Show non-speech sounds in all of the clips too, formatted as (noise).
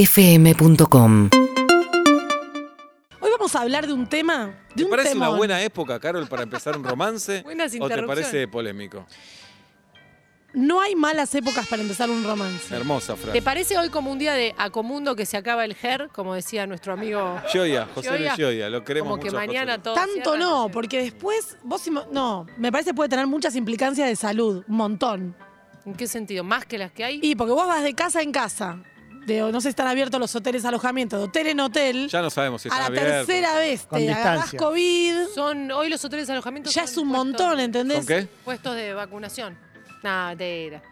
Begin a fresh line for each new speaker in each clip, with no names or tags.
UrbanaPlayFM.com
Hoy vamos a hablar de un tema. De
¿Te
un
parece
temón.
una buena época, Carol, para empezar
(laughs)
un romance?
Buenas
¿O te
interrupciones.
parece polémico?
No hay malas épocas para empezar un romance.
Hermosa
¿Te
frase.
parece hoy como un día de acomundo que se acaba el GER, como decía nuestro amigo?
Gioia, José Luis
Gioia.
Gioia, lo queremos
Como
mucho.
que
a José
mañana
Luis.
todo.
Tanto
cierra,
no,
sé.
porque después vos imo- no, me parece puede tener muchas implicancias de salud, un montón.
¿En qué sentido? ¿Más que las que hay?
Y porque vos vas de casa en casa, de o no se están abiertos los hoteles alojamientos, de hotel en hotel,
Ya no sabemos si
a
está
la
abierto.
tercera vez
Con
te agarrás
distancia.
COVID,
Son, hoy los hoteles de alojamiento
ya
son
es un
puestos-
montón, ¿entendés?
¿Con qué?
Puestos de vacunación. Nada, te era.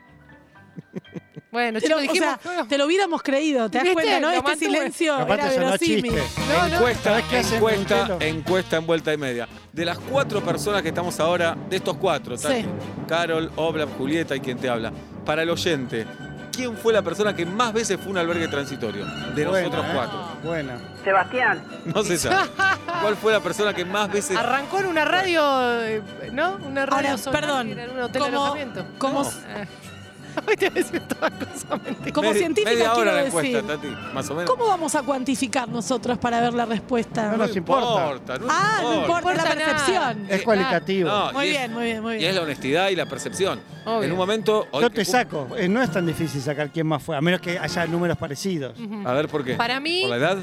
Bueno,
Te lo,
chicos,
o
dijimos.
sea, te lo hubiéramos creído, ¿te das
¿Viste?
cuenta, no?
Lo
Este
mantuve.
silencio
Aparte
era
ya no es
verosímil.
chiste.
No, no.
encuesta,
¿Sabés qué hacen,
encuesta,
Marcelo?
encuesta en vuelta y media. De las cuatro personas que estamos ahora, de estos cuatro, Tati,
Sí.
Carol, Oblap, Julieta y quien te habla, para el oyente, ¿quién fue la persona que más veces fue a un albergue transitorio? De
Buena,
nosotros
¿eh?
cuatro.
Buena.
Sebastián,
No
(laughs)
sé sabe. ¿Cuál fue la persona que más veces
Arrancó en una radio, eh, ¿no? Una radio
Ahora,
solar
perdón,
que era en un hotel de
como-
alojamiento. (laughs)
como-
Ah. Hoy te voy a decir toda cosa
(laughs)
mentira.
Como
Media-
científica
media
quiero
hora la
decir.
encuesta, Tati, más o menos.
¿Cómo vamos a cuantificar nosotros para ver la respuesta?
No nos importa.
no
ah, no importa, la
importa nada.
percepción.
Es cualitativo.
No,
Muy
y es-
bien, muy bien, muy
Y es
bien.
la honestidad y la percepción.
Obvio.
En un momento. hoy
Yo
que
te
cum-
saco. Eh, No es tan difícil sacar quién más fue, a menos que haya números parecidos.
A ver por qué.
Para mí-
¿Por la edad?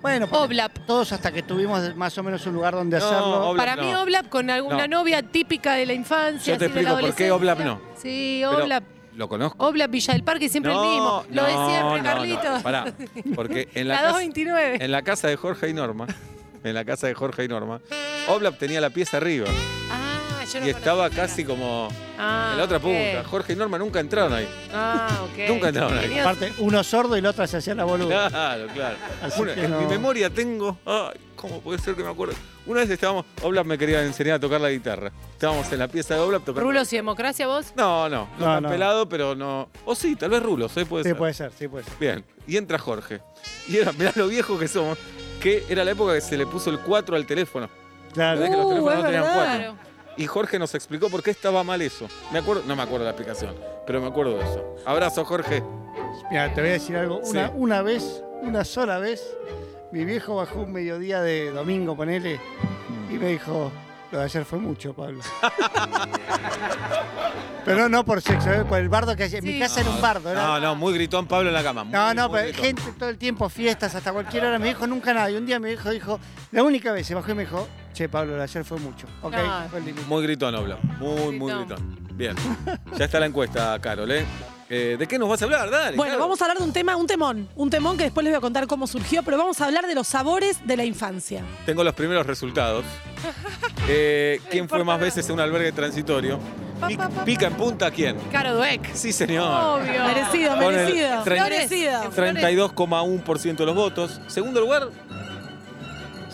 Bueno, porque
Oblap.
todos hasta que tuvimos más o menos un lugar donde
No,
hacerlo.
Oblap
Para mí
no.
Oblap con alguna
No.
novia típica de la infancia.
Yo te
así, de la
explico por qué Oblap
adolescencia.
no.
Sí,
Pero,
Oblap.
¿Lo conozco?
Oblap Villa del Parque, siempre el mismo. Lo de siempre, Carlitos.
Pará. Porque en la,
La
casa,
229.
en la casa de Jorge y Norma. En la casa de Jorge y Norma. Oblap tenía la pieza arriba
Ah, yo no
y estaba
conocía.
casi como
Ah,
en la otra
ok.
punta. Jorge y Norma nunca entraron ahí.
Ah, ok.
Nunca entraron ahí.
Tenías-
Aparte, uno sordo y el otro se hacía la boluda.
Claro, claro.
Así
Una-
que
en mi
no.
memoria tengo. Ay, ¿cómo puede ser que me acuerdo? Una vez estábamos. Oblap me quería enseñar a tocar la guitarra. Estábamos en la pieza de Oblap tocando.
Rulos y democracia, vos.
No, no, no,
No,
tan
no.
pelado, pero no. O sí, tal vez rulos, ¿eh? Puede
Sí,
ser.
puede ser, sí, puede ser.
Bien, y entra Jorge. Y era, mirá lo viejo que somos, que era la época que se le puso el 4 al teléfono. La
Claro.
verdad que los
Uh,
teléfonos
es
no tenían
verdad.
cuatro. Y Jorge nos explicó por qué estaba mal eso. Me acuerdo, no me acuerdo la explicación, pero me acuerdo de eso. Abrazo, Jorge.
Uh, Mira, te voy a decir algo. Una,
Sí.
una vez, una sola vez, mi viejo bajó un mediodía de domingo, ponele, y me dijo, lo de ayer fue
(laughs)
mucho, Pablo. Pero no por sexo, ¿eh? por el bardo que hacía. En Mi
Sí.
casa era un bardo, era-
No, no, muy gritón Pablo en la cama. muy,
No, no,
muy
pero
gritón.
gente todo el tiempo, fiestas, hasta cualquier hora. Mi viejo nunca nada. Y un día mi viejo dijo, la única vez se bajó y me dijo, che, Pablo, lo de ayer fue mucho. Ok,
No.
fue el límite.
Muy gritón, habla. Muy, muy
Gritón.
gritón. Bien. Ya está la encuesta, Carol, ¿eh? Eh, ¿De qué nos vas a hablar? Dale.
Bueno,
Carol.
vamos a hablar de un tema, un temón, un temón que después les voy a contar cómo surgió, pero vamos a hablar de los sabores de la infancia.
Tengo los primeros resultados.
(laughs)
Eh, ¿Quién fue más veces en un albergue transitorio? Pi- ¿Pica en punta quién?
Caro Dueck.
Sí,
Oh,
señor.
Obvio.
Merecido,
Con el
merecido,
tre-
merecido.
32,1% de los votos. Segundo lugar,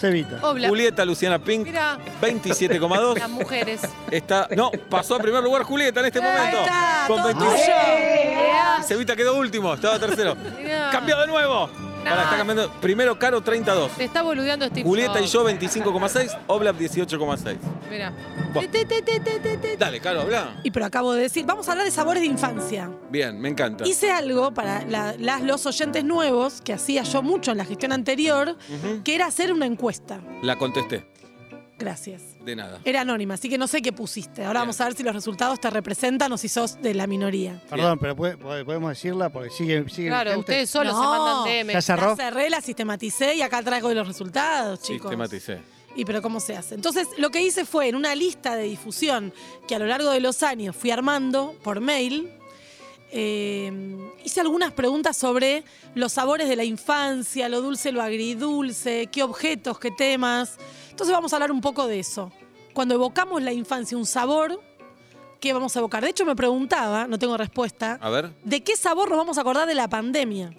Cevita.
Oblap.
Julieta Luciana Pink,
Mira, las
27,2. (laughs)
mujeres.
Está, no, pasó a primer lugar Julieta en este momento.
está,
Con
todo
26.
Mirá,
Cevita quedó último,
(laughs)
estaba tercero.
mirá.
Cambió de nuevo. Ahora está cambiando. Primero Caro 32.
Te está boludeando Steve
Julieta y
Jobs.
yo 25,6, Oblap 18,6.
Mirá.
Bueno.
Te, te, te, te, te, te.
Dale, Caro, habla.
Y pero acabo de decir, vamos a hablar de sabores de infancia.
Bien, me encanta.
Hice algo para la- las, los oyentes nuevos, que hacía yo mucho en la gestión anterior,
Ujú.
que era hacer una encuesta.
La contesté,
Gracias.
de nada.
Era anónima, así que no sé qué pusiste. Ahora
Bien.
vamos a ver si los resultados te representan o si sos de la minoría.
Perdón, pero puede- puede- podemos decirla porque sigue, sigue
Claro,
vigente.
ustedes solos se
No.
mandan DM.
Ya cerró.
La cerré, la sistematicé y acá traigo los resultados, chicos.
Sistematicé.
Y pero ¿cómo se hace? Entonces, lo que hice fue en una lista de difusión que a lo largo de los años fui armando por mail, eh, hice algunas preguntas sobre los sabores de la infancia, lo dulce, lo agridulce, qué objetos, qué temas. Entonces vamos a hablar un poco de eso. Cuando evocamos la infancia, un sabor, ¿qué vamos a evocar? De hecho, me preguntaba, no tengo respuesta,
A ver.
¿de qué sabor nos vamos a acordar de la pandemia?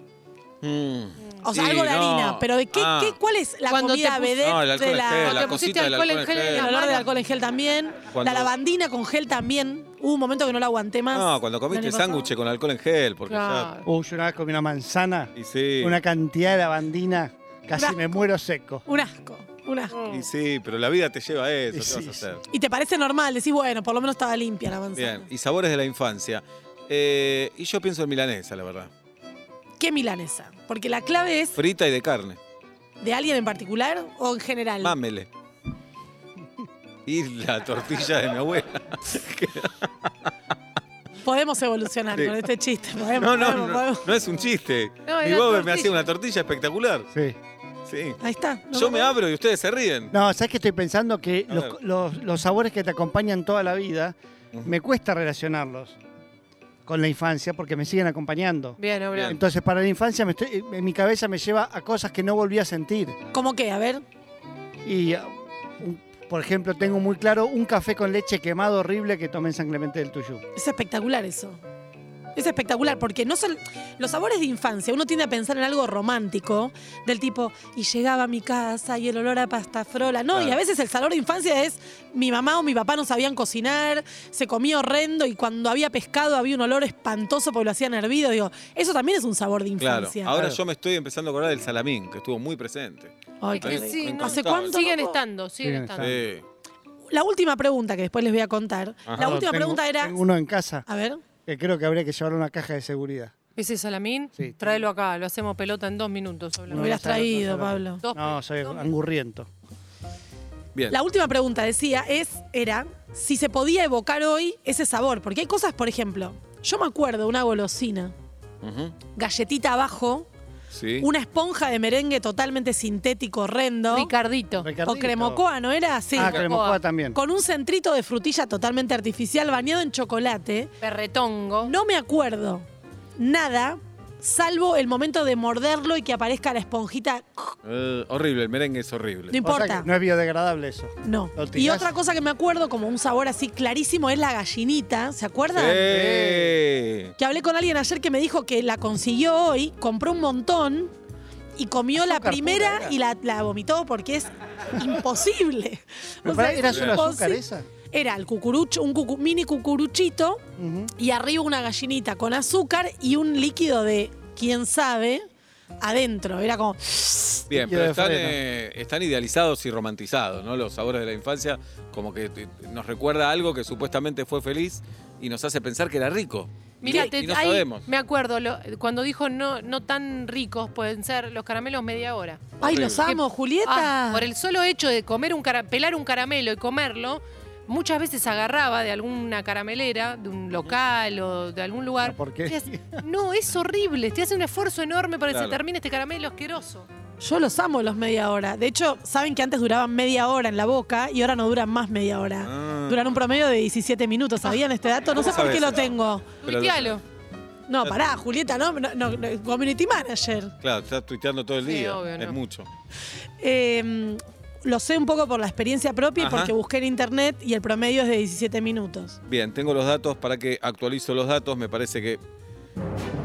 Mm.
O sea,
Sí,
algo de
no.
harina, pero ¿de qué,
Ah.
qué- ¿cuál es la
Cuando te
comida
pus-
vedette
No, el alcohol
de
en gel,
la,
la
Cuando pusiste
cosita del
alcohol en gel en
el
la
olor del
mano.
alcohol en gel también.
Cuando-
La lavandina con gel también. Hubo un momento que no la aguanté más.
No, cuando comiste
el
el sándwich con alcohol en gel, porque
Claro.
Uy, yo una vez comí una manzana,
ya. Y sí.
una cantidad de lavandina, casi
Una-
me muero seco.
Un asco, un asco.
Y sí, pero la vida te lleva a eso.
Y
¿qué
sí,
vas a hacer?
Y te parece normal, decís, bueno, por lo menos estaba limpia la manzana.
Bien. Y sabores de la infancia. Eh, y yo pienso en milanesa, la verdad.
¿Qué milanesa? Porque la clave es
Frita y de carne.
de alguien en particular o en general.
Mámele. Y la tortilla de mi abuela. (laughs)
Podemos evolucionar
Sí.
con este chiste. Podemos,
No, no,
podemos,
no,
podemos.
no es un chiste.
No,
Mi
era
bobe me hacía
tortilla.
una tortilla espectacular.
Sí.
Sí.
Ahí está. No,
Yo
no,
me
no.
abro y ustedes se ríen.
No, ¿sabes que estoy pensando? Que
A
los,
ver.
los- los sabores que te acompañan toda la vida,
Ujú.
me cuesta relacionarlos con la infancia porque me siguen acompañando.
Bien, Obrán.
Bien.
Entonces, para la infancia, me estoy- eh, en mi cabeza me lleva a cosas que no volví a sentir.
¿Cómo qué? A ver.
Y, ah, un- por ejemplo, tengo muy claro un café con leche quemado horrible que tomé en San Clemente del Tuyú.
Es espectacular eso. Es espectacular porque no son los sabores de infancia. Uno tiende a pensar en algo romántico, del tipo, y llegaba a mi casa y el olor a pasta frola. No, y a
Claro.
veces el sabor de infancia es mi mamá o mi papá no sabían cocinar, se comía horrendo y cuando había pescado había un olor espantoso porque lo hacían hervido. Digo, eso también es un sabor de
Claro.
infancia.
Ahora
Claro.
yo me estoy empezando a acordar del salamín, que estuvo muy presente.
Ay,
Ahí
qué rico.
eh, Sí,
me
no.
¿Hace
encantaba.
cuánto?
Siguen estando, siguen
Siguen
estando.
estando.
Sí.
La última pregunta que después les voy a contar.
Ajá.
La última
Tengo-
pregunta era.
tengo uno en casa
A ver.
que creo que habría que llevar una caja de seguridad.
¿Ese salamín?
Sí.
Tráelo acá, lo hacemos pelota en dos minutos.
No,
Lo
Oblán.
hubieras
no sabe, no
traído,
sabe.
Pablo.
Dos
No, soy
Dos-
angurriento.
Bien.
La última pregunta, decía, es, era si se podía evocar hoy ese sabor. Porque hay cosas, por ejemplo, yo me acuerdo una golosina,
Ujú.
galletita abajo,
Sí.
una esponja de merengue totalmente sintético, horrendo.
Ricardito.
O
Ricardito.
cremocoa, ¿no era? Sí.
Ah, cremocoa también.
Con un centrito de frutilla totalmente artificial bañado en chocolate.
Perretongo.
No me acuerdo nada, salvo el momento de morderlo y que aparezca la esponjita.
Eh, horrible, el merengue es horrible.
No
O sea que
importa.
no es biodegradable eso.
No.
Lo
Y
tirás.
otra cosa que me acuerdo, como un sabor así clarísimo, es la gallinita. ¿Se acuerdan?
Sí.
Que hablé con alguien ayer que me dijo que la consiguió hoy, compró un montón y comió la
Azúcar
primera
pura era.
y la, la vomitó porque es imposible.
Pero
O
pará,
sea,
¿Era
es
solo azúcar
imposi-
esa?
Era el cucurucho, un cucu- mini cucuruchito
Ujú.
y arriba una gallinita con azúcar y un líquido de quién sabe adentro. Era como.
Bien,
Líquido
pero
de
están,
freno.
eh, están idealizados y romantizados, ¿no? Los sabores de la infancia, como que eh, nos recuerda algo que supuestamente fue feliz y nos hace pensar que era rico.
Mirá,
Y-
te-
y no
ahí
sabemos.
me acuerdo, lo- cuando dijo no, no tan ricos pueden ser los caramelos media hora.
¡Ay, los
Horrible.
amo, Julieta!
Ah, por el solo hecho de comer un cara- pelar un caramelo y comerlo, muchas veces agarraba de alguna caramelera, de un local o de algún lugar.
Ah, ¿por qué?
Te hace- No, es horrible. Te hace un esfuerzo enorme para
Claro.
que se termine este caramelo asqueroso.
Yo los amo los media hora. De hecho, saben que antes duraban media hora en la boca y ahora no duran más media hora.
Ah.
Duran un promedio de 17 minutos. ¿Sabían este dato? No sé
¿Cómo
por qué
sabés
lo
eso? Eh.
tengo.
Pero-
Tuitealo.
No, pará, Julieta, no, no, no, no, community manager.
Claro, estás tuiteando todo el
Sí,
día.
obvio,
Es
¿no?
mucho.
Eh, lo sé un poco por la experiencia propia y
Ajá.
porque busqué en internet y el promedio es de 17 minutos.
Bien, tengo los datos para que actualizo los datos. Me parece que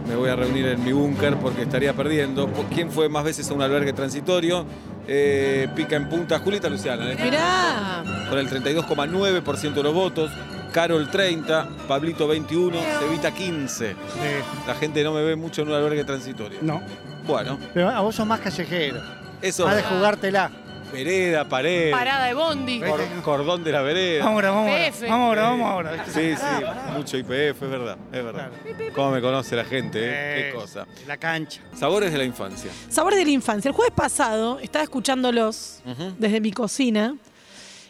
me voy a reunir en mi búnker porque estaría perdiendo. Po- ¿Quién fue más veces a un albergue transitorio? Eh, pica en punta Julita Luciana, ¿eh?
Mirá.
con el 32,9% de los votos. Carol 30, Pablito 21, Cevita 15.
Sí.
La gente no me ve mucho en un albergue transitorio.
No.
Bueno,
Pero a vos sos más callejero.
eso
Más de
es
jugártela.
vereda,
Eh.
pared,
Parada de bondi.
Pará.
cor- cordón de la vereda.
Vamos ahora, vamos ahora.
PF.
Vamos ahora, vamos ahora.
Sí,
Pará,
sí,
pará.
mucho IPF, es verdad, es verdad. Cómo me conoce la gente, ¿eh?
Eh,
qué cosa.
La cancha.
Sabores de la infancia.
Sabor de la infancia. El jueves pasado estaba escuchándolos
Ujú.
desde mi cocina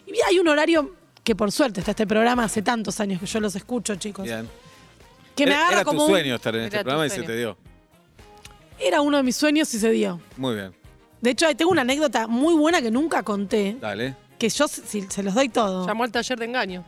y hay un horario que por suerte está este programa hace tantos años que yo los escucho, chicos.
Bien. Eh,
Que me
Era-
agarra
Era
como
tu
un-
sueño estar en este
Era tu
programa y se
sueño.
te dio.
Era uno de mis sueños y se dio.
Muy bien,
De hecho, ahí tengo una anécdota muy buena que nunca conté,
dale.
que yo si- se los doy todo.
Llamó al taller de engaño.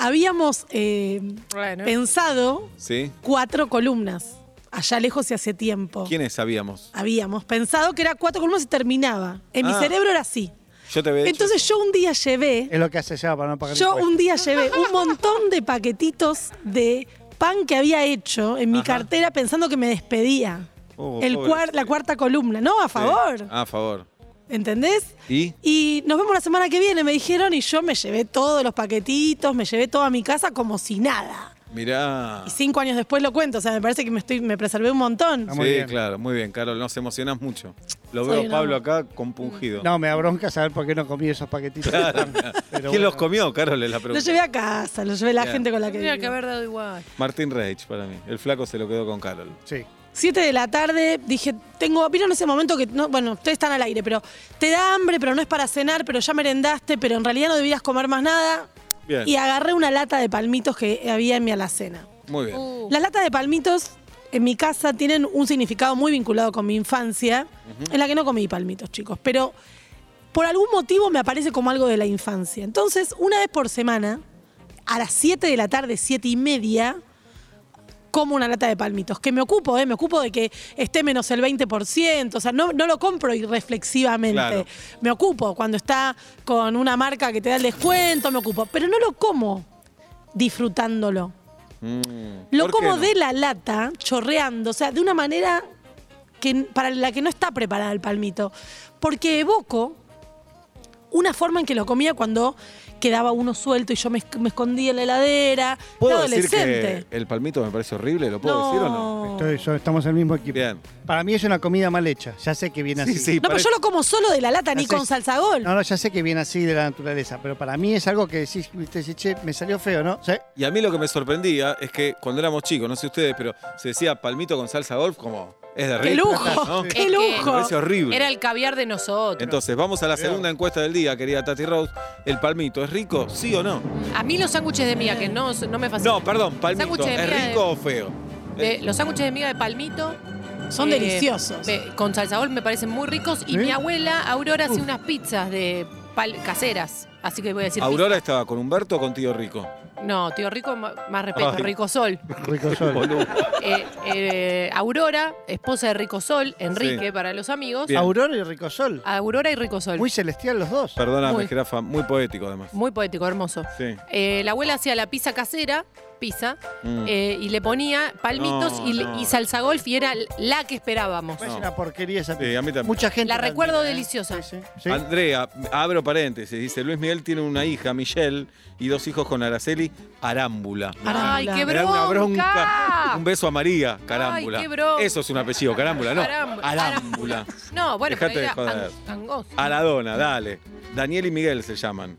Habíamos eh,
Bueno.
pensado
¿Sí?
cuatro columnas, allá lejos y hace tiempo.
¿Quiénes sabíamos?
Habíamos pensado que era cuatro columnas y terminaba. En mi
Ah.
cerebro era así.
Yo te veo.
Entonces yo un día llevé,
Es lo que hace ya para no pagar
yo
impuestos.
un día llevé un montón de paquetitos de pan que había hecho en mi
Ajá.
cartera pensando que me despedía.
Oh,
El
pobre. Ah.
cuar- la cuarta columna, no, a favor.
A favor.
¿Entendés?
¿Y?
Y nos vemos la semana que viene, me dijeron, y yo me llevé todos los paquetitos, me llevé todo a mi casa como si nada.
Mirá.
Y cinco años después lo cuento, o sea, me parece que me, estoy, me preservé un montón.
Ah,
Sí,
muy bien.
claro, muy bien, Carol, nos emocionás mucho. Lo
Soy
veo
un
Pablo
amor.
acá compungido.
No, me da bronca saber por qué no comí esos paquetitos.
Claro.
(laughs) Pero
¿Quién
bueno.
los comió, Carol? Es la
Lo
pregunta.
llevé a casa, lo llevé a la
Bien.
gente con la que
Tendría que
vivo.
haber dado igual.
Martín Reich para mí. El flaco se lo quedó con Carol.
Sí.
7 de la tarde, dije, tengo, vieron ese momento que, no, bueno, ustedes están al aire, pero te da hambre, pero no es para cenar, pero ya merendaste, pero en realidad no debías comer más nada.
Bien.
Y agarré una lata de palmitos que había en mi alacena.
Muy bien.
Uh,
Las latas de palmitos en mi casa tienen un significado muy vinculado con mi infancia, en la que no comí palmitos, chicos, pero por algún motivo me aparece como algo de la infancia. Entonces, una vez por semana, a las 7 de la tarde, 7 y media, como una lata de palmitos, que me ocupo, ¿eh? me ocupo de que esté menos el 20%, o sea, no, no lo compro irreflexivamente,
Claro.
me ocupo cuando está con una marca que te da el descuento, me ocupo, pero no lo como disfrutándolo.
Mm,
Lo
¿por qué
como
no?
de la lata, chorreando, o sea, de una manera que, para la que no está preparada el palmito. Porque evoco una forma en que lo comía cuando quedaba uno suelto y yo me, esc- me escondía en la heladera.
¿Puedo
Era
decir que
adolescente.
el palmito me parece horrible? ¿Lo puedo decir o no?
Estoy- yo- estamos en el mismo equipo.
Bien.
Para mí es una comida mal hecha. Ya sé que viene
Sí,
así.
sí.
No, pero yo lo como solo de la lata, ni
Así
con
es.
salsa gol.
No, no, ya sé que viene así de la naturaleza, pero para mí es algo que decís, viste, decís, che, me salió feo, ¿no? Sí.
Y a mí lo que me sorprendía es que cuando éramos chicos, no sé ustedes, pero se decía palmito con salsa golf como es de
¡Qué
ricos,
lujo!
¿no?
(laughs)
Sí.
¡Qué
Es que-
Me
lujo!
parece horrible.
era el caviar de nosotros.
Entonces, vamos a la segunda encuesta del día, querida Tati Rose. ¿El palmito es rico? ¿Sí o no?
a mí los sándwiches de miga, que no, no me fascinan.
No, perdón, palmito.
Sándwich de
¿Es
miga de-
rico o feo? eh.
De- los sándwiches de miga de palmito.
Son
eh,
deliciosos.
me- con salsa bol me parecen muy ricos. Y
¿Eh?
¿Sí?
mi abuela, Aurora, hacía
Uf.
unas pizzas de pal- caseras. Así que voy a decir.
¿Aurora estaba con Humberto o con tío rico?
pizza. No, tío Rico, ma- más respeto,
Ay. (laughs)
Rico Sol.
Rico sol.
Boludo.
Eh, eh, Aurora, esposa de Rico Sol, Enrique
Sí.
para los amigos.
Bien.
Aurora y Rico sol.
Aurora y Rico Ah, Sol.
Muy
Muy,
celestial los dos.
Perdóname,
Muy.
jirafa, muy poético además.
poético, hermoso.
Sí.
Eh, la abuela hacía la pizza casera, pizza,
Mm.
eh, y le ponía palmitos
No,
y,
no.
y salsa golf y era la que esperábamos.
Es
No.
una porquería esa
Sí,
pizza.
a mí también.
Mucha gente.
La recuerdo
admira, ¿eh?
deliciosa.
Sí, sí, sí.
Andrea, abro paréntesis, dice, Luis Miguel tiene una hija, Michelle, y dos hijos con Araceli, Arámbula.
¡Ay,
Arámbula.
Ah, qué
Me da una
bronca!
bronca. (laughs) Un beso a María, Carámbula.
Ay, qué bronca.
Eso es un apellido, Carámbula, ¿no?
Arámbula.
Arámbula.
No, bueno,
Dejate
pero
de
era
joder.
ang- angosto.
Aradona, dale. Daniel y Miguel se llaman.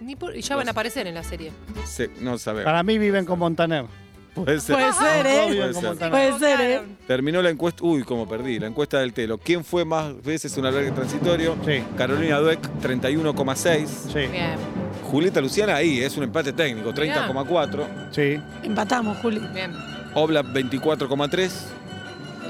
Ni por- y ya van a aparecer en la serie.
Se- no sabemos.
Para mí viven con Montaner.
Puede ser.
Puede ser, ¿eh?
Obvio,
Puede
con
ser.
Montaner.
Puede ser, ¿eh?
Evocaron.
Terminó la encuesta. Uy, cómo perdí. La encuesta del telo. ¿Quién fue más veces un albergue transitorio?
Sí,
Carolina Dueck, 31,6.
sí,
Bien,
Julieta Luciana, ahí, es un empate técnico, 30,4.
sí.
Empatamos, Juli.
bien.
Obla, 24,3.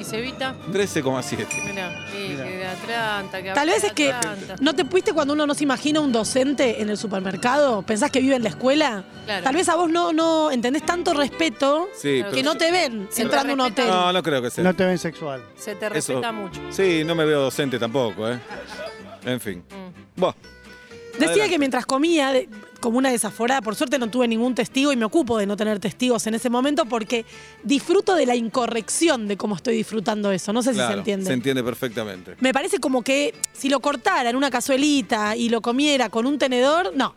Y Cevita,
13,7.
mirá. Sí,
Mirá.
que de Atlanta, que
Tal vez es que-
Atlanta.
¿No te fuiste cuando uno no se imagina un docente en el supermercado? ¿Pensás que vive en la escuela?
Claro.
Tal vez a vos no, no entendés tanto respeto
Sí,
Claro
que
pero-
no te ven
Sí,
entrando a un
respeto.
hotel.
No, no creo que sea.
No te ven sexual.
Se te
Eso-
respeta mucho.
Sí, no me veo docente tampoco, ¿eh? En fin.
Mm.
Buah,
Decía
Adelante.
que mientras comía, de- como una desaforada, por suerte no tuve ningún testigo y me ocupo de no tener testigos en ese momento porque disfruto de la incorrección de cómo estoy disfrutando eso. No sé si se
claro,
entiende.
se entiende perfectamente.
Me parece como que si lo cortara en una cazuelita y lo comiera con un tenedor, no.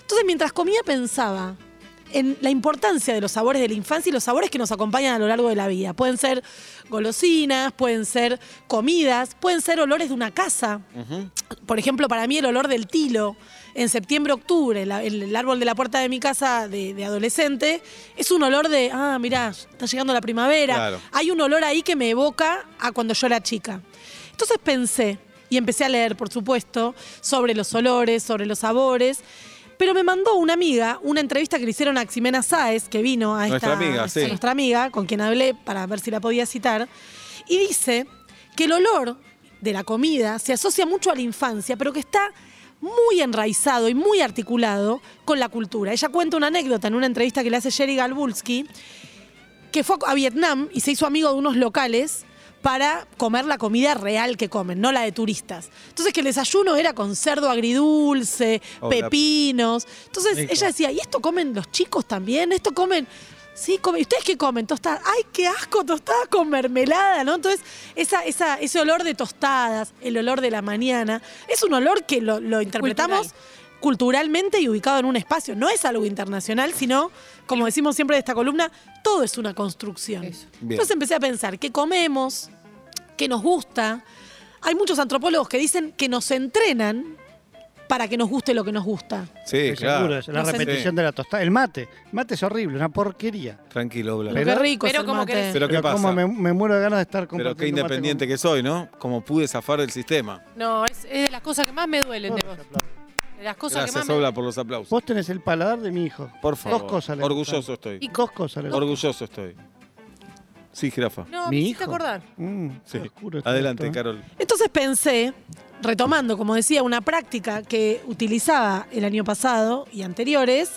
Entonces, mientras comía, pensaba en la importancia de los sabores de la infancia y los sabores que nos acompañan a lo largo de la vida. Pueden ser golosinas, pueden ser comidas, pueden ser olores de una casa.
Ujú.
Por ejemplo, para mí el olor del tilo en septiembre, octubre, la- el, el árbol de la puerta de mi casa de, de adolescente, es un olor de, ah, mirá, está llegando la primavera.
Claro.
Hay un olor ahí que me evoca a cuando yo era chica. Entonces pensé, y empecé a leer, por supuesto, sobre los olores, sobre los sabores. Pero me mandó una amiga una entrevista que le hicieron a Ximena Sáez, que vino a
Nuestra
esta
amiga, sí.
a nuestra amiga, con quien hablé para ver si la podía citar, y dice que el olor de la comida se asocia mucho a la infancia, pero que está muy enraizado y muy articulado con la cultura. Ella cuenta una anécdota en una entrevista que le hace Jerry Galbulski, que fue a Vietnam y se hizo amigo de unos locales para comer la comida real que comen, no la de turistas. Entonces que el desayuno era con cerdo agridulce,
Oh, la-
pepinos. Entonces
Rico.
ella decía, ¿y esto comen los chicos también? ¿Esto comen? Sí, comen. ¿Y ustedes qué comen? Tostadas. ¡Ay, qué asco! Tostadas con mermelada, ¿no? Entonces esa, esa, ese olor de tostadas, el olor de la mañana, es un olor que lo, lo interpretamos culturalmente y ubicado en un espacio. No es algo internacional, sino, como decimos siempre de esta columna, todo es una construcción.
Eso.
Bien.
Entonces empecé a pensar, ¿qué comemos? ¿Qué nos gusta? Hay muchos antropólogos que dicen que nos entrenan para que nos guste lo que nos gusta.
Sí,
Estoy seguro,
claro.
es la
No sé.
repetición de la tostada. El mate. El mate es horrible, una porquería.
Tranquilo, Blas.
Pero
Pero-
qué rico
pero
es el
como
mate.
querés-
Pero qué
como
pasa.
me, me muero de ganas de estar compartiendo
Pero qué
mate
independiente
con-
que soy, ¿no? Como pude zafar del sistema.
No, es, es de las cosas que más me duelen de vos. De las cosas que
Gracias,
más me-
Obla, por los aplausos.
Vos tenés el paladar de mi hijo.
Por favor.
Dos cosas. le
Orgulloso
gustan.
estoy.
Y-
Dos cosas. le gustan.
Orgulloso estoy. Sí, jirafa.
No, me
¿Mi
hiciste
hijo?
acordar.
Mm,
Sí.
qué oscuro está
Adelante,
esto, ¿eh?
Carol.
Entonces pensé, retomando, como decía, una práctica que utilizaba el año pasado y anteriores,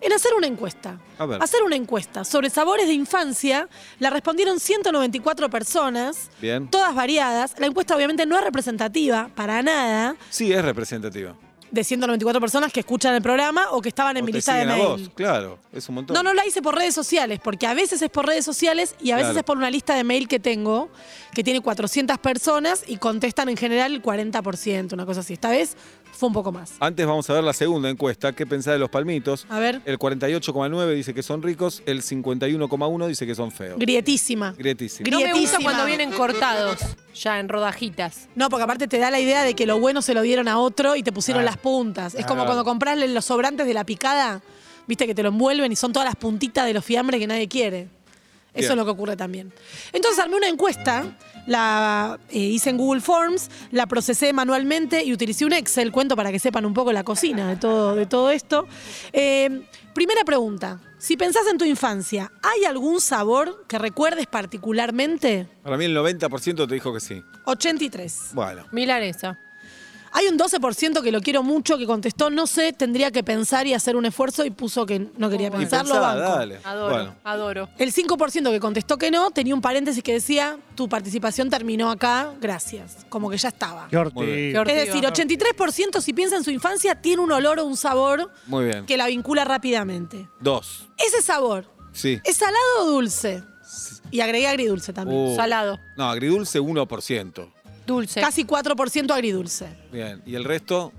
en hacer una encuesta.
A ver.
Hacer una encuesta sobre sabores de infancia. La respondieron 194 personas,
Bien.
todas variadas. La encuesta obviamente no es representativa para nada
Sí, es representativa.
de 194 personas que escuchan el programa o que estaban en
O
mi
te
lista de
siguen a
mail.
vos, claro. Es un montón.
No, no la hice por redes sociales, porque a veces es por redes sociales y a veces
Claro.
es por una lista de mail que tengo, que tiene 400 personas y contestan en general el 40%, una cosa así. Esta vez fue un poco más.
Antes vamos a ver la segunda encuesta. ¿Qué pensás de los palmitos?
A ver,
El 48,9 dice que son ricos, el 51,1 dice que son feos.
grietísima.
Grietísimo.
No me gusta
Grietísima.
cuando vienen cortados, ya en rodajitas.
No, porque aparte te da la idea de que lo bueno se lo dieron a otro y te pusieron
Ah.
las puntas. Es como
Ah.
cuando compras los sobrantes de la picada, viste que te lo envuelven y son todas las puntitas de los fiambres que nadie quiere. Eso
Bien.
es lo que ocurre también. Entonces armé una encuesta, la eh, hice en Google Forms, la procesé manualmente y utilicé un Excel, cuento para que sepan un poco la cocina de todo, de todo esto. Eh, primera pregunta, si pensás en tu infancia, ¿hay algún sabor que recuerdes particularmente?
Para mí el 90% te dijo que sí.
83.
Bueno.
Milanesa.
Hay un 12% que lo quiero mucho, que contestó, no sé, tendría que pensar y hacer un esfuerzo y puso que no quería
Bueno.
pensarlo.
Pensá,
banco.
dale.
Adoro,
Bueno.
adoro.
El 5% que contestó que no tenía un paréntesis que decía, tu participación terminó acá, gracias. Como que ya estaba.
Muy
Qué
bien.
ortiga.
Qué ortiga.
Es decir, 83% si piensa en su infancia tiene un olor o un sabor
Muy bien.
que la vincula rápidamente.
Dos.
Ese sabor,
Sí.
¿es salado o dulce? Y agregué agridulce también.
Uh.
Salado,
No, agridulce 1%.
dulce.
Casi 4% agridulce.
Bien. ¿Y el resto?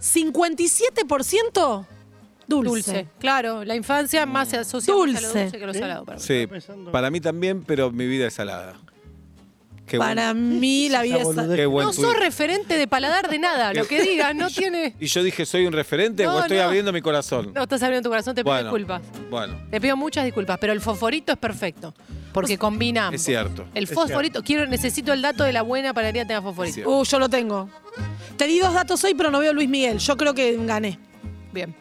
57%
dulce. Claro, la infancia más se asocia
Dulce.
más a lo dulce que lo
¿Eh?
¿Sí?
salado. para mí.
Sí.
pensando-
Para mí también, pero mi vida es salada. Qué buen-
Para mí la vida
esa
es...
boludez?
qué buen
No
tuit.
sos referente de paladar de nada. Lo que digas no tiene.
(laughs) Y yo dije, ¿soy un referente
No,
o estoy
no.
abriendo mi corazón?
No estás abriendo tu corazón, te pido
Bueno.
disculpas.
Bueno,
Te pido muchas disculpas, pero el fosforito es perfecto. Porque combina. ambos.
es cierto.
El
Es
fosforito, quiero, necesito el dato de la buena panadería que tenga
Es
fosforito.
cierto.
Uh, yo lo tengo. Te di dos datos hoy, pero no veo a Luis Miguel. Yo creo que gané.
Bien.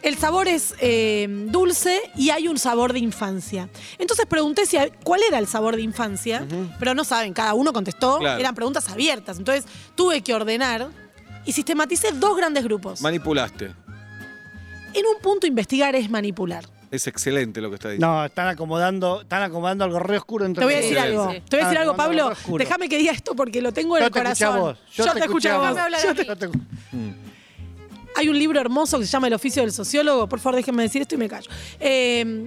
El sabor es eh, dulce y hay un sabor de infancia. Entonces pregunté si, cuál era el sabor de infancia, pero no saben, cada uno contestó,
Claro.
eran preguntas abiertas. Entonces tuve que ordenar y sistematicé dos grandes grupos.
Manipulaste.
en un punto investigar es manipular.
Es excelente lo que está diciendo.
No, están acomodando, están acomodando algo re oscuro entre
Te voy a decir
nosotros.
Excelente.
algo. Te voy a decir
Ah,
algo,
te mando
Pablo.
un oscuro.
Déjame que diga esto porque lo tengo en
Yo
el
te escuché
corazón.
a vos. Yo te escuché a vos.
Déjame hablar a
Yo
mí.
te-
Yo te-
Hay un libro hermoso que se llama El oficio del sociólogo. Por favor, déjenme decir esto y me callo. Eh,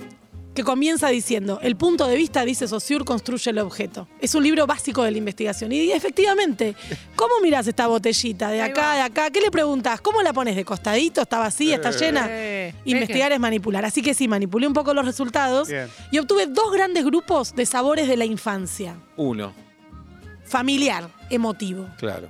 que comienza diciendo, el punto de vista, dice Saussure, construye el objeto. Es un libro básico de la investigación. Y efectivamente, ¿cómo mirás esta botellita de
Ahí
acá,
va.
de acá? ¿Qué le preguntás? ¿Cómo la pones? ¿De costadito? ¿Está vacía? ¿Está llena?
Eh,
Investigar es manipular. Así que sí, manipulé un poco los resultados
Bien.
y obtuve dos grandes grupos de sabores de la infancia.
Uno,
Familiar, emotivo.
claro.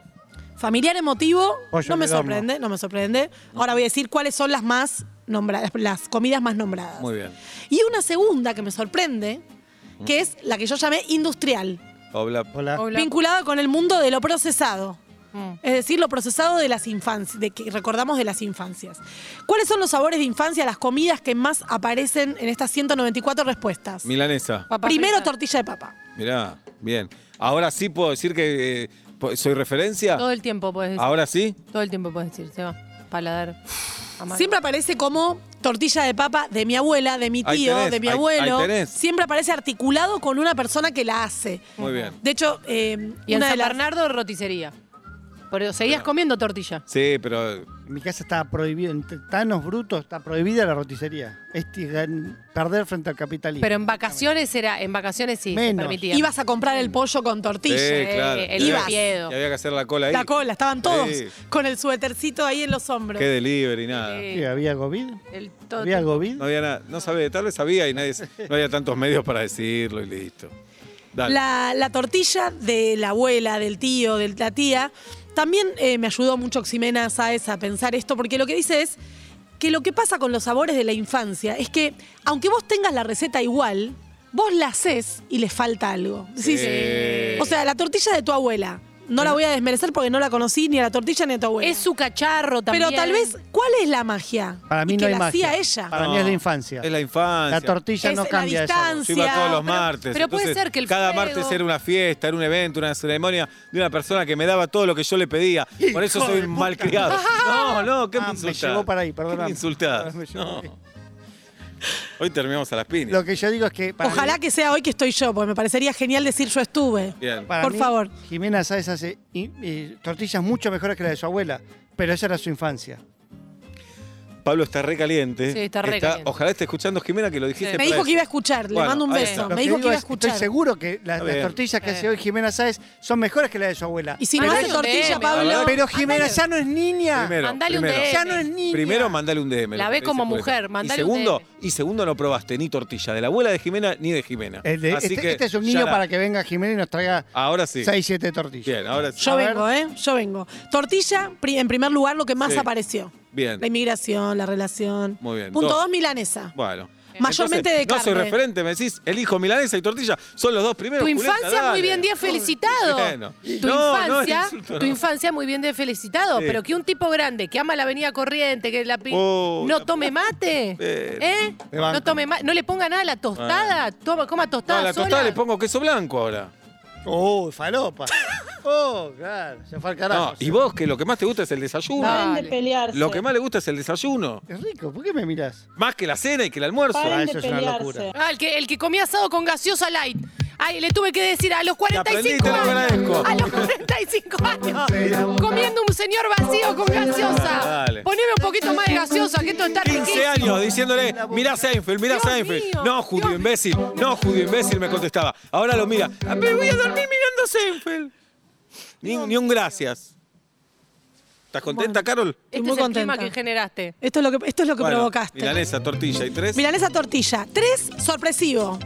Familiar emotivo,
Pollo
no
en
me
el horno.
sorprende, no me sorprende. Ahora voy a decir cuáles son las más nombradas, las comidas más nombradas.
Muy bien.
Y una segunda que me sorprende, que es la que yo llamé industrial,
Obla.
Hola.
Hola.
vinculada con el mundo de lo procesado.
Mm.
Es decir, lo procesado de las infancias, de que recordamos de las infancias. ¿Cuáles son los sabores de infancia, las comidas que más aparecen en estas 194 respuestas?
Milanesa.
Papa
Primero
frita.
tortilla de papa.
Mirá, bien. Ahora sí puedo decir que eh, po- soy referencia.
Todo el tiempo puedes decir.
Ahora sí.
Todo el tiempo puedes decir, se va. Paladar. amargo.
Siempre aparece como tortilla de papa de mi abuela, de mi
Ahí
tío,
tenés,
de mi
ahí-
abuelo.
ahí tenés.
Siempre aparece articulado con una persona que la hace.
Muy bien.
De hecho, eh,
Y en
una de
San
las-
Bernardo, roticería. Pero seguías comiendo tortilla.
Sí, pero eh,
En mi casa estaba prohibido, entre tanos brutos, está prohibida la roticería. Este es gan- perder frente al capitalismo.
Pero en vacaciones era, en vacaciones sí, se
Menos.
permitía.
ibas a comprar el pollo con tortilla.
Sí, claro.
el
Y
ibas.
había- y había que hacer la cola ahí.
La cola, estaban todos
Sí.
con el suétercito ahí en los hombros.
Qué delivery, nada.
¿Qué,
Eh,
¿Había COVID?
el to-
¿Había COVID?
No había nada. No sabía, tal vez sabía y nadie, no había tantos medios para decirlo y listo. Dale.
La, la tortilla de la abuela, del tío, de la tía, También eh, me ayudó mucho Ximena Sáez a pensar esto, porque lo que dice es que lo que pasa con los sabores de la infancia es que, aunque vos tengas la receta igual, vos la haces y le falta algo. Decís,
Sí.
O sea, la tortilla de tu abuela. No la voy a desmerecer porque no la conocí ni a la tortilla ni a tu abuela.
Es su cacharro también.
Pero tal vez, ¿cuál es la magia?
Para mí
Y
no
que
hay
la
magia.
hacía ella.
Para mí es la infancia.
Es la
La
infancia.
tortilla
Es
no
la
cambia esa.
distancia.
Yo iba todos los
ah, Pero-
martes.
pero puede
entonces,
ser que el
Cada
fuego-
martes era una fiesta, era un evento, una ceremonia de una persona que me daba todo lo que yo le pedía.
Hijo
Por eso soy
de
un
(laughs)
puta.
malcriado. No, no, ¿qué
Ah,
me
me
insultás?
llegó para ahí,
¿Qué
perdóname.
me insultás?
Me llegó
No.
ahí.
Hoy terminamos a las piñas.
Lo que yo digo es que. para
Ojalá
mí-
que sea hoy que estoy yo, porque me parecería genial decir yo estuve.
Bien.
para
Por
mí,
favor.
Jimena Sáez hace i- eh, tortillas mucho mejores que las de su abuela, pero esa era su infancia.
Pablo está re caliente.
Sí, está re caliente.
Ojalá esté escuchando Jimena que lo dijiste.
Me
Sí.
para
dijo que
eso.
iba a escuchar, le
Bueno,
mando un
ahí
beso.
está.
Lo
Me
que
digo que
digo
iba a
es, Estoy
escuchar.
seguro que la- las
bien.
tortillas que
Eh.
hace hoy Jimena Sáez son mejores que las de su abuela.
Y si no
Pero
hace
es-
tortilla,
DM,
Pablo.
¿verdad?
Pero Jimena
Mandale-
ya no es niña.
Primero,
Mandale un
primero.
DM.
Ya no es niña.
Primero mandale un DM.
La
lo
ve
que te
como
dice Julieta.
mujer,
y
mandale un
segundo,
DM.
Y segundo no probaste ni tortilla de la abuela de Jimena ni de Jimena.
El de-
Así
este,
que
este es un niño
ya la-
para que venga Jimena y nos traiga
Ahora sí.
6, 7 tortillas.
Bien, ahora sí.
Yo
A ver.
vengo, ¿eh? Yo vengo. Tortilla, pri- en primer lugar, lo que más
Sí.
apareció.
Bien.
La inmigración, la relación.
Muy bien.
Punto
Dos.
dos, milanesa.
Bueno.
Mayormente
Entonces,
de
No soy
carne.
referente, me decís, elijo milanesa y tortilla. Son los dos primeros.
Tu
Julieta,
infancia muy
dale.
bien día felicitado.
Bueno.
Tu
No, no,
infancia,
insulto,
tu
no.
infancia muy bien día felicitado,
Sí.
pero que un tipo grande que ama la avenida corriente, que la pi-
Oh, la
no tome mate,
Pero-
¿eh?
Me banco.
No tome ma- no le ponga nada a la tostada, toma, coma tostada
Ah. No, a la
sola.
tostada le pongo queso blanco ahora.
Oh,
(laughs)
falopa. oh, claro. Se fue al carajo.
No, y vos que lo que más te gusta es el desayuno.
No.
Paren de pelearse.
Lo que más le gusta es el desayuno.
Es rico. ¿Por qué me mirás?
Más que la cena y que el almuerzo.
Ah,
Paren
eso
de
es una
pelearse.
Ah, el que, el que comía asado con gaseosa light. Ay, le tuve que decir a los
aprendí,
45
te lo agradezco.
años. A los
(laughs)
45 años. Comiendo un señor vacío con gaseosa.
Dale.
Poneme un poquito más de gaseosa, que esto está
15
riquísimo.
años diciéndole, mirá Seinfeld, mirá
Dios
Seinfeld.
mío,
no, judío
Dios-
imbécil, no, judío imbécil, me contestaba. Ahora lo mira. "Ah, pero voy a dormir mirando Seinfeld. Ni, ni un gracias. ¿Estás contenta, Carol?
Este
Estoy muy
es el clima
contenta.
que generaste.
Esto es lo que, esto es lo que
Bueno,
provocaste.
Milanesa, tortilla y tres.
Milanesa, tortilla. Tres, sorpresivo.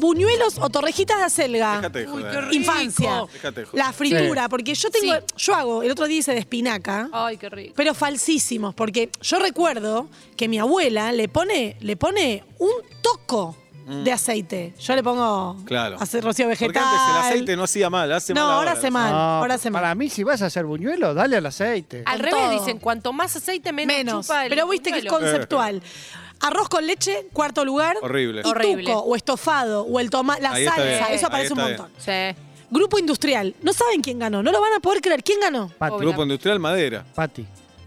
Buñuelos o torrejitas de acelga.
Déjate de
Uy,
joder.
qué rico.
Infancia.
Dejate de joder.
La fritura,
Sí.
porque yo tengo,
Sí. Oh.
yo hago, el otro día hice de espinaca.
Ay, qué rico.
Pero falsísimos, porque yo recuerdo que mi abuela le pone, le pone un toco de aceite. Yo le pongo
Mm. Claro.
hace rocío
Porque
vegetal.
antes el aceite no hacía mal, hace
No,
mal.
ahora hace
Ah,
mal. ahora se
Ah, para
mal.
mí, si vas a hacer buñuelo, dale al aceite.
Al
con
revés
todo.
dicen, cuanto más aceite, menos,
Menos.
chupa el
Pero viste que es
buñuelo.
conceptual. Arroz con leche, cuarto lugar.
Horrible.
Y
Horrible.
tuco, o estofado, o el tomate, la
Ahí está
salsa.
bien.
Eso
Ahí
aparece un
está bien.
montón.
Sí.
Grupo industrial. No saben quién ganó. No lo van a poder creer. ¿Quién ganó?
Pati.
Pobre.
Grupo Industrial Madera.
Pati.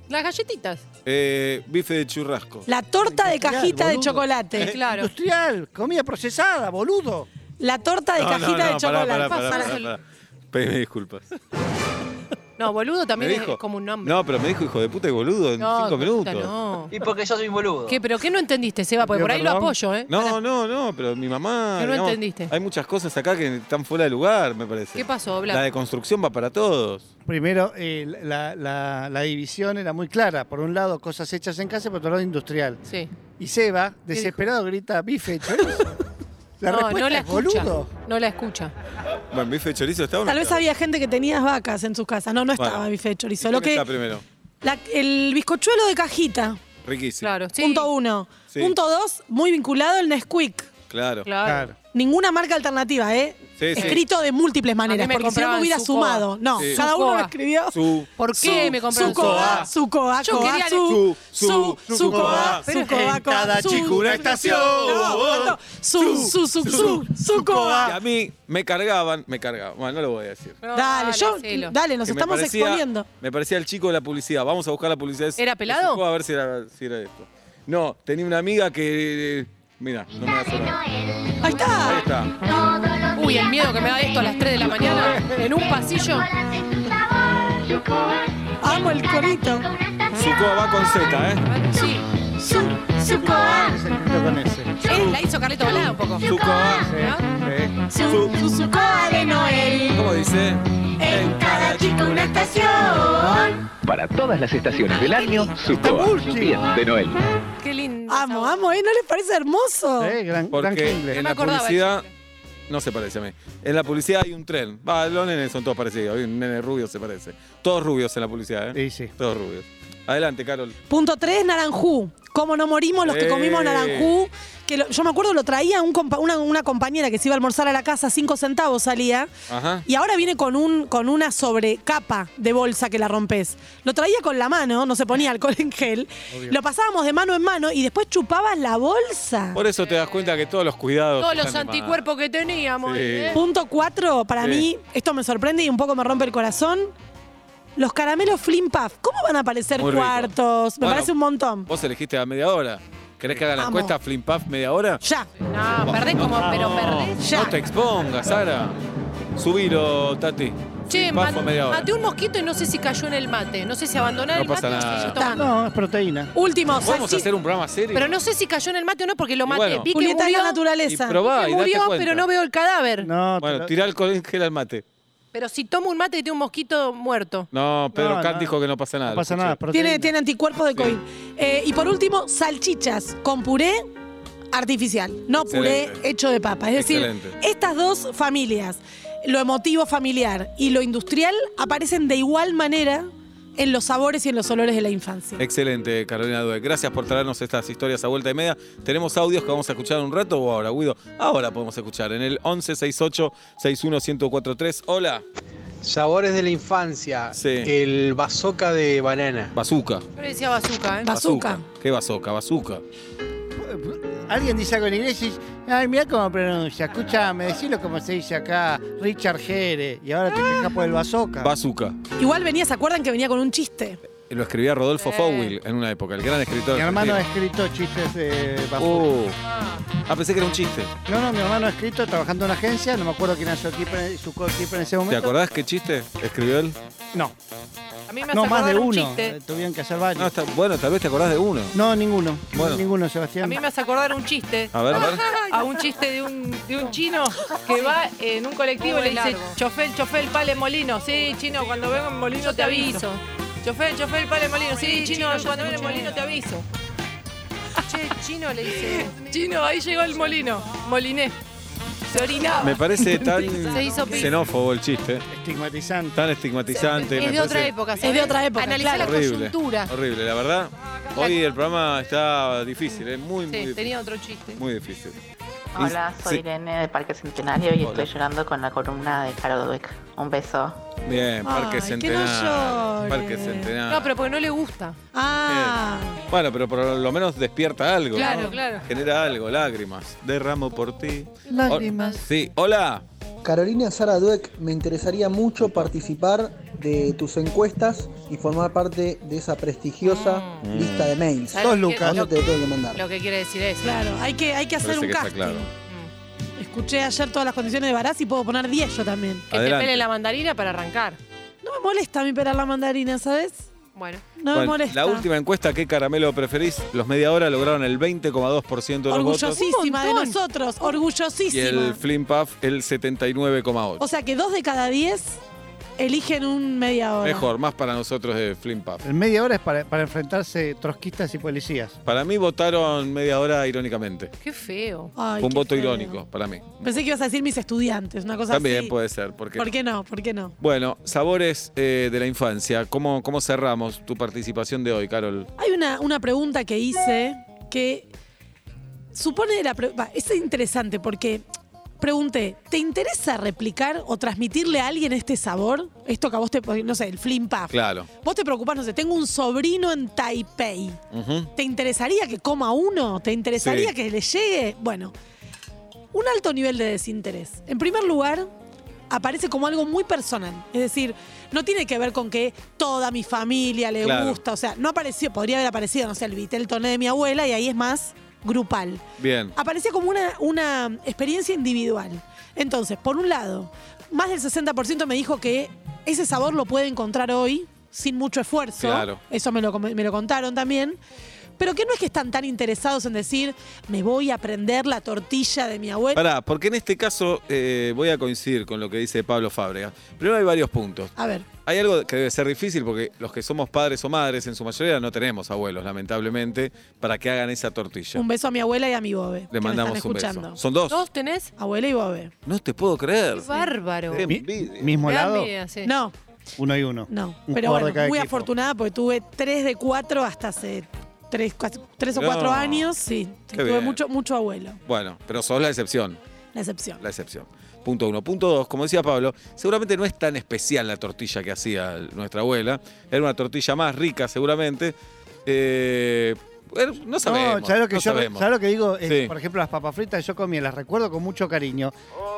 Las galletitas.
Eh, bife de churrasco.
La torta de
Industrial,
cajita de
boludo.
chocolate.
Eh,
Claro.
Industrial, comida procesada, boludo.
La torta de
No, no,
cajita
no,
de
pará,
chocolate.
pará, pará,
Pasa.
pará, pará. Pedime disculpas.
No, boludo
Me
también es
dijo-
como un nombre.
No, pero me dijo hijo de puta y boludo en
No,
cinco
hijo de puta,
minutos.
No.
Y porque yo soy un boludo.
¿Qué, ¿Pero qué no entendiste, Seba? Porque
Yo,
por ahí lo
perdón.
apoyo, ¿eh?
No, no, no, pero mi mamá.
Pero no entendiste.
Hay muchas cosas acá que están fuera de lugar, me parece.
¿Qué pasó, Blas?
La de construcción va para todos.
Primero, eh, la, la- la división era muy clara. Por un lado, cosas hechas en casa, por otro lado, industrial.
Sí.
Y Seba, desesperado, grita
(laughs)
bife de chorizo. La
no,
respuesta
no la
es
escucha.
boludo.
No la escucha.
Bueno, bife de chorizo está una
Tal vez
cagada.
había gente que tenía vacas en sus casas. No, no
Bueno.
estaba bife de chorizo.
¿Quién
Lo que,
está primero?
la- el bizcochuelo de cajita,
Riquísimo.
Claro. Sí.
punto uno.
Sí.
Punto dos, muy vinculado el Nesquik.
Claro.
Claro.
Claro.
Ninguna marca alternativa, ¿eh?
Sí, sí.
Escrito de múltiples maneras,
me
porque si no me
compraban
hubiera
su
sumado.
coa.
No,
Sí.
cada
Su
uno lo
coa.
escribió.
Su.
¿Por qué
su-
me compraron
Su coa,
Ah.
su coa,
Yo
coa,
quería-
su,
Su,
su,
su,
su coa,
coa.
su
Pero en
coa, coa,
cada
su-
chico una estación.
No, bueno, su, su, su, su, su
Y a
coa.
mí me cargaban, me cargaban. Bueno, no lo voy a decir.
No,
Dale, yo,
hacelo.
dale, nos
Que me
estamos
parecía-
exponiendo.
Me parecía el chico de la publicidad. Vamos a buscar la publicidad. de su-
¿Era
de su
pelado?
coa, A ver si era, si era esto. No, tenía una amiga que. Mira, no me va a sonar.
Ahí está.
Ahí está.
Uy, el miedo que me da esto a las 3 de la mañana en un pasillo.
Amo el corito.
Su coa va con Z, ¿eh?
Sí.
Es el quinto con ese.
Él la hizo Carlito Balá un poco. ¿Ah?
Su coa. eh,
¿no?
Sí.
Su, su, su coa de Noel.
¿Cómo dice?
En cada chico una estación.
Para todas las estaciones del año, su coa. Bien, de Noel.
Qué lindo.
Amo,
sabor.
amo, ¿eh? ¿No les parece hermoso?
Sí, gran, gran
Porque
jingle.
en
me
la
acordaba
publicidad
del
No se parece a mí. En la publicidad hay un tren. Va, los nenes son todos parecidos. Hay un nene rubio, se parece. Todos rubios en la publicidad, ¿eh?
Sí, sí.
Todos rubios. Adelante, Carol.
Punto 3, naranjú. Cómo no morimos los que
Eh.
comimos naranjú. Que lo- yo me acuerdo lo traía un compa- una, una compañera que se iba a almorzar a la casa, cinco centavos salía.
Ajá.
Y ahora viene con, un, con una sobrecapa de bolsa que la rompes. Lo traía con la mano, no se ponía alcohol en gel. Lo pasábamos de mano en mano y después chupabas la bolsa.
Por eso te das cuenta que todos los cuidados.
Todos los
están de más.
anticuerpos que teníamos.
Sí.
¿eh?
Punto 4, para
Sí.
mí, esto me sorprende y un poco me rompe el corazón. Los caramelos Flim Puff, ¿cómo van a aparecer
Muy rico.
cuartos? Me
Bueno,
parece un montón.
Vos elegiste a media hora. ¿Querés que haga la
Amo.
encuesta Flim Puff media hora?
Ya.
No, perdés como, pero perdés.
Ya.
No te expongas, Sara. Subilo, Tati.
Che,
Flim
ma-
Puff o media hora.
maté un mosquito y no sé si cayó en el mate. No sé si abandoné
No
el mate
pasa
o
nada.
si yo tomé.
No, es proteína.
Último,
¿Podemos
salchi-
hacer un programa serio?
Pero no sé si cayó en el mate o no porque lo maté.
bueno.
Vi que
Julieta de
murió,
la naturaleza.
Y probá
que
y date
murió,
cuenta.
pero no veo el cadáver.
No, te
Bueno,
lo-
tirá el col- gel al mate.
Pero si tomo un mate y tengo un mosquito muerto.
No, Pedro
No,
Cat
no.
dijo que no pasa nada.
no pasa
escuché.
nada. proteína.
Tiene, tiene anticuerpos de COVID. Eh, y por último, salchichas con puré artificial, no
Excelente.
puré hecho de papa. Es decir,
Excelente.
estas dos familias, lo emotivo familiar y lo industrial, aparecen de igual manera en los sabores y en los olores de la infancia.
Excelente, Carolina Due. Gracias por traernos estas historias a vuelta y media. Tenemos audios que vamos a escuchar en un rato o ahora, Guido. Ahora podemos escuchar en el 1168-611043. Hola,
Sabores de la infancia.
Sí.
El bazoca de banana.
Bazooka.
Yo le decía bazooka, ¿eh?
Baz- Bazooka.
¿Qué bazooka? Bazooka.
Alguien dice algo en inglés y dice, ay, mirá cómo pronuncia, escúchame, decilo como se dice acá, Richard Gere, y ahora te quejas por el bazooka.
Bazooka.
Igual venía, ¿se acuerdan que venía con un chiste?
Lo escribía Rodolfo
Eh.
Fowell en una época, el gran escritor.
mi hermano ha
argentino.
escrito chistes de bazooka.
Oh. Ah, pensé que era un chiste.
No, no, mi hermano ha escrito trabajando en una agencia, no me acuerdo quién era su equipo, su coequiper en ese
¿Te
momento.
acordás qué chiste escribió él?
No,
A mí me
no,
hace
más de
acordar un
uno.
chiste.
eh, Tuvieron que hacer
No,
varios.
está- bueno, tal vez te acordás de uno.
No, ninguno.
Bueno.
Ninguno,
A
Sebastián.
mí me hace acordar un chiste.
A ver, a ver.
A un chiste de un, de un chino que va en un colectivo y le dice, chofer, chofer, pale molino. Sí, chino, cuando vengo en molino te aviso. Chofer, chofer, pale molino. Sí, chino, cuando vengo en molino te aviso. Che, chino le dice. Chino, ahí llegó el molino. Moliné. Se orinaba.
Me parece tan
Se hizo pis.
xenófobo el chiste,
Estigmatizante.
tan estigmatizante.
es
me
de otra
parece
época.
Es de otra época,
Analizar
claro.
la
Horrible.
coyuntura.
Horrible, la verdad. Hoy el programa está difícil, es muy, muy
Sí,
difícil.
tenía otro chiste.
Muy difícil.
Hola,
Y-
soy
sí,
Irene de Parque Centenario y
Hola.
estoy llorando con la columna de Caro Dweck. Un beso.
Bien, Parque
Ay, que no
Centenario.
llores.
Parque Centenario.
No, pero porque no le gusta.
Ah,
Bueno, pero por lo menos despierta algo.
Claro,
¿no?
claro.
Genera algo, lágrimas. Derramo por ti. Lágrimas. Sí, hola.
Carolina Sara Dueck, me interesaría mucho participar de tus encuestas y formar parte de esa prestigiosa
Mm.
lista de mails.
¿Sabes
Dos
qué?
lucas.
¿Cuándo
Lo,
te lo tengo que mandar?
lo que quiere decir es.
claro. Hay que, hay que hacer
Parece
un
que está
casting.
claro.
Escuché ayer todas las condiciones de Baraz y puedo poner 10 yo también.
Que
Adelante.
te pele la mandarina para arrancar.
No me molesta a mí pelar la mandarina, ¿sabes?
Bueno.
No me
Bueno,
molesta.
la última encuesta, ¿qué caramelo preferís? Los media hora lograron el 20,2% de los votos.
Orgullosísima de
Un montón.
nosotros,
Y
orgullosísima.
el Flim Puff, el 79,8%.
O sea que dos de cada diez eligen un media hora.
Mejor, más para nosotros de Flim Puff.
En media hora es para, para enfrentarse trotskistas y policías.
Para mí votaron media hora irónicamente.
Qué feo.
Ay,
Fue un
qué
voto
feo.
irónico para mí.
Pensé que ibas a decir mis estudiantes, una cosa
También
así.
puede ser, porque.
¿Por qué no? ¿Por qué no?
Bueno, sabores eh, de la infancia. ¿Cómo, ¿Cómo cerramos tu participación de hoy, Carol?
Hay una, una pregunta que hice que supone la pre- va, Es interesante porque pregunté, ¿te interesa replicar o transmitirle a alguien este sabor? Esto que a vos te, no sé, el flim puff.
Claro.
Vos te preocupás, no sé, tengo un sobrino en Taipei.
Ujú.
¿Te interesaría que coma uno? ¿Te interesaría
Sí.
que le llegue? Bueno, un alto nivel de desinterés. En primer lugar, aparece como algo muy personal. Es decir, no tiene que ver con que toda mi familia le
Claro.
gusta. O sea, no apareció, podría haber aparecido, no sé, el vitel toné de mi abuela y ahí es más grupal.
Bien.
Aparece como una, una experiencia individual. Entonces, por un lado, más del 60% me dijo que ese sabor lo puede encontrar hoy sin mucho esfuerzo.
Claro.
Eso me lo, com- me lo contaron también. pero que no es que están tan interesados en decir, me voy a aprender la tortilla de mi abuela.
Pará, porque en este caso eh, voy a coincidir con lo que dice Pablo Fábrega. Primero hay varios puntos.
A ver,
Hay algo que debe ser difícil porque los que somos padres o madres en su mayoría no tenemos abuelos, lamentablemente, para que hagan esa tortilla.
un beso a mi abuela y a mi bobe.
Le
que me
mandamos
están
un
escuchando.
beso. Son dos.
¿Dos tenés?
Abuela y bobe.
No te puedo creer.
Qué bárbaro.
Qué
Mi-
envidia.
mismo
Me da
lado,
miedo, sí.
No,
uno y uno.
no.
Un
Pero
jugador
bueno,
de cada
muy
equipo.
afortunada porque tuve tres de cuatro hasta hace tres, cua- tres o
Mirá.
cuatro años. Sí,
Qué
tuve
bien.
mucho, mucho abuelo.
Bueno, pero sos la excepción.
La excepción.
La excepción. Punto uno. Punto dos, como decía Pablo, seguramente no es tan especial la tortilla que hacía nuestra abuela. Era una tortilla más rica, seguramente. Eh, era- no sabemos.
No, ¿sabes lo que
no
yo
sabemos.
¿sabes lo que digo? Eh,
Sí.
Por ejemplo, las papas fritas yo comía, las recuerdo con mucho cariño.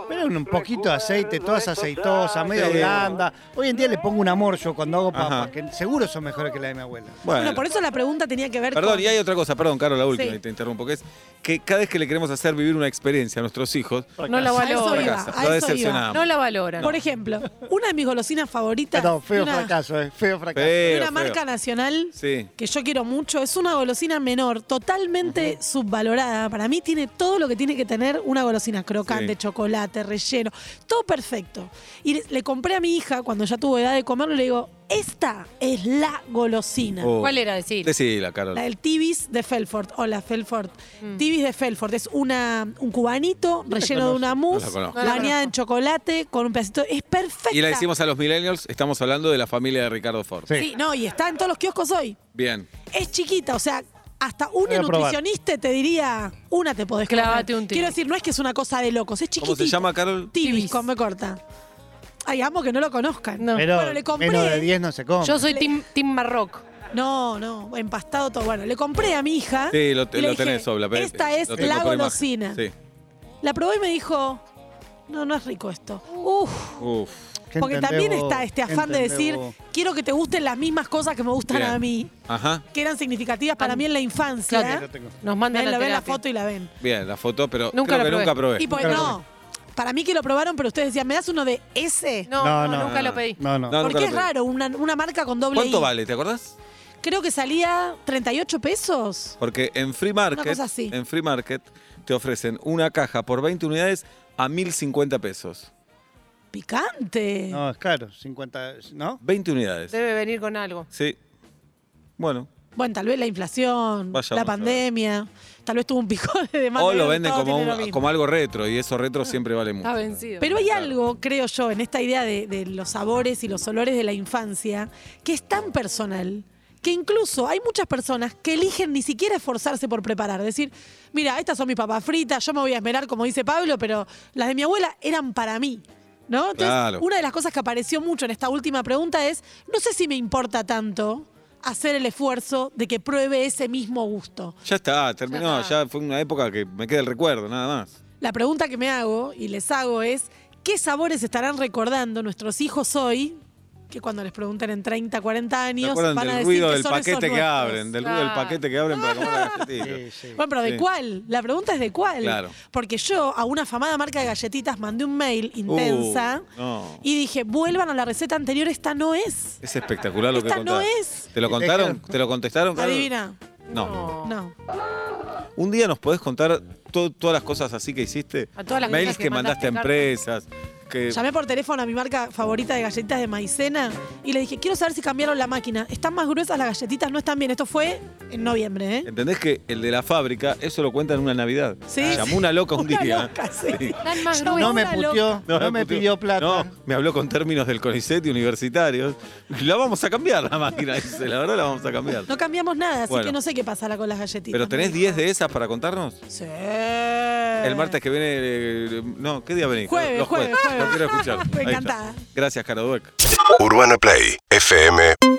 Pero un poquito de aceite, todas aceitosas, medio
Sí.
blanda. Hoy en día le pongo un amor yo cuando hago papas,
Ajá.
que seguro son mejores que la de mi abuela.
Bueno.
Bueno, por eso la pregunta tenía que ver
Perdón,
con.
y hay otra cosa, perdón, Caro, la última,
Sí.
y te interrumpo, que es que cada vez que le queremos hacer vivir una experiencia a nuestros hijos,
No la
A eso
valoran.
iba,
fracasa,
a
lo
eso iba.
decepcionamos.
No la valoran.
Por ejemplo, una de mis golosinas favoritas.
No, feo
de una-
fracaso, eh, feo
de
fracaso.
Feo,
una
feo.
marca nacional
Sí.
que yo quiero mucho. Es una golosina menor, totalmente subvalorada. Para mí tiene todo lo que tiene que tener una golosina. Crocante,
Sí.
chocolate, relleno, todo perfecto. Y le, le compré a mi hija, cuando ya tuvo edad de comerlo, le digo, esta es la golosina.
Oh.
¿Cuál era decir?
Decila, Carol.
La del Tibis de Felford. Hola, Felford.
Mm.
Tibis de Felford. Es una, un cubanito relleno de una mousse,
No la conozco.
No la
bañada en chocolate, con un pedacito. Es perfecta.
Y la decimos a los millennials, estamos hablando de la familia de Ricardo Ford.
Sí.
Sí, no, y está en todos los kioscos hoy.
Bien.
Es chiquita, o sea, hasta una
Voy a probar.
nutricionista te diría, una te podés
Clavate
comer.
un tiro.
Quiero decir, no es que es una cosa de locos, es chiquitita.
¿Cómo se llama, Carol?
Tibis,
Tibis.
con me corta. Ay, amo que no lo conozcan.
No.
Pero
Bueno, le compré.
menos de 10 no se come.
Yo soy Team, team Marroc.
No, no, empastado todo. Bueno, le compré a mi hija.
Sí, lo,
y le
lo
dije,
tenés, Obla. pero-
Esta es
lo tengo
la
por imagen".
golosina.
Sí.
La probó y me dijo, no, no es rico esto.
Uh,
Uf,
Uf.
¿Qué
porque
entendés
también
vos?
está este
¿Qué
afán de
entendés
decir,
vos?
quiero que te gusten las mismas cosas que me gustan
Bien.
a mí,
Ajá.
que eran significativas para
An-
mí en la infancia.
Claro,
¿eh?
Yo tengo-
Nos mandan
Ven,
a
la ven la
terapia.
foto y la ven.
Bien, la foto, pero
Nunca
creo
la
que
probé.
nunca probé.
Y pues
nunca lo
no, para mí que lo probaron, pero ustedes decían, ¿me das uno de ese?
No,
No,
no,
no.
nunca lo pedí.
No,
No,
no.
nunca
Porque
lo
es
pedí.
raro, una, una marca con doble
¿Cuánto
I.
vale? ¿Te acordás?
Creo que salía 38 pesos.
Porque en Free Market,
cosa así.
en Free Market te ofrecen una caja por 20 unidades a 1050 pesos.
Picante.
No, es caro. 50, ¿no?
20 unidades.
Debe venir con algo.
Sí. Bueno,
Bueno, tal vez la inflación, la
Vaya, vamos a ver.
pandemia, tal vez tuvo un pico de demanda.
o
y
lo
ahora
venden
todo
como,
tiene lo
un-
mismo. Ah.
como algo retro y eso retro siempre vale mucho.
Está vencido.
Pero hay
Claro.
algo, creo yo, en esta idea de, de los sabores y los olores de la infancia, que es tan personal, que incluso hay muchas personas que eligen ni siquiera esforzarse por preparar. Decir, mira, estas son mis papas fritas, yo me voy a esmerar, como dice Pablo, pero las de mi abuela eran para mí. ¿No? Entonces,
Claro.
una de las cosas que apareció mucho en esta última pregunta es, no sé si me importa tanto hacer el esfuerzo de que pruebe ese mismo gusto.
Ya está, terminó. Ya, fue una época que me queda el recuerdo, nada más.
La pregunta que me hago y les hago es, ¿qué sabores estarán recordando nuestros hijos hoy? Que cuando les pregunten en 30, 40
¿Se
años
acuerdan
van a
del
decir
ruido
que
del
son esos
paquete que
nuestros?
abren? Del ruido del
Claro.
paquete que abren para
(laughs)
comer las galletitas.
Sí, sí.
Bueno, pero ¿de
Sí.
cuál? La pregunta es de cuál.
Claro.
Porque yo a una afamada marca de galletitas mandé un mail
Uh,
intensa
no.
y dije, vuelvan a la receta anterior, esta no es.
Es espectacular lo que
Esta no
contaron.
es.
¿Te lo contaron? ¿Te lo contestaron? Carlos?
Adivina.
no.
No.
Un día nos podés contar to- todas las cosas así que hiciste.
A todas las
Mails
cosas
que,
que
mandaste a
mandaste
empresas. Que...
Llamé por teléfono a mi marca favorita de galletitas de maicena y le dije, quiero saber si cambiaron la máquina. Están más gruesas las galletitas, no están bien. Esto fue en noviembre, ¿eh?
¿Entendés que el de la fábrica, eso lo cuenta en una Navidad?
Sí.
Llamó una loca un
Una
día.
loca, sí.
Sí.
Tan más
Yo-
grueso.
No me
Una loca.
puteó, no, me
puteó.
pidió plata.
No, me habló con términos del CONICET y universitarios. La vamos a cambiar la máquina, dice. La verdad la vamos a cambiar.
No cambiamos nada, así
Bueno.
que no sé qué pasará con las galletitas.
¿Pero tenés 10 de esas para contarnos?
Sí.
El martes que viene... eh, No, ¿qué día venís?
Jueves,
Los
jueves, jueves.
Lo quiero
(laughs)
escuchar.
Me
Ahí está.
encantada.
Gracias, Caro Dueck.
Urbana Play fm.com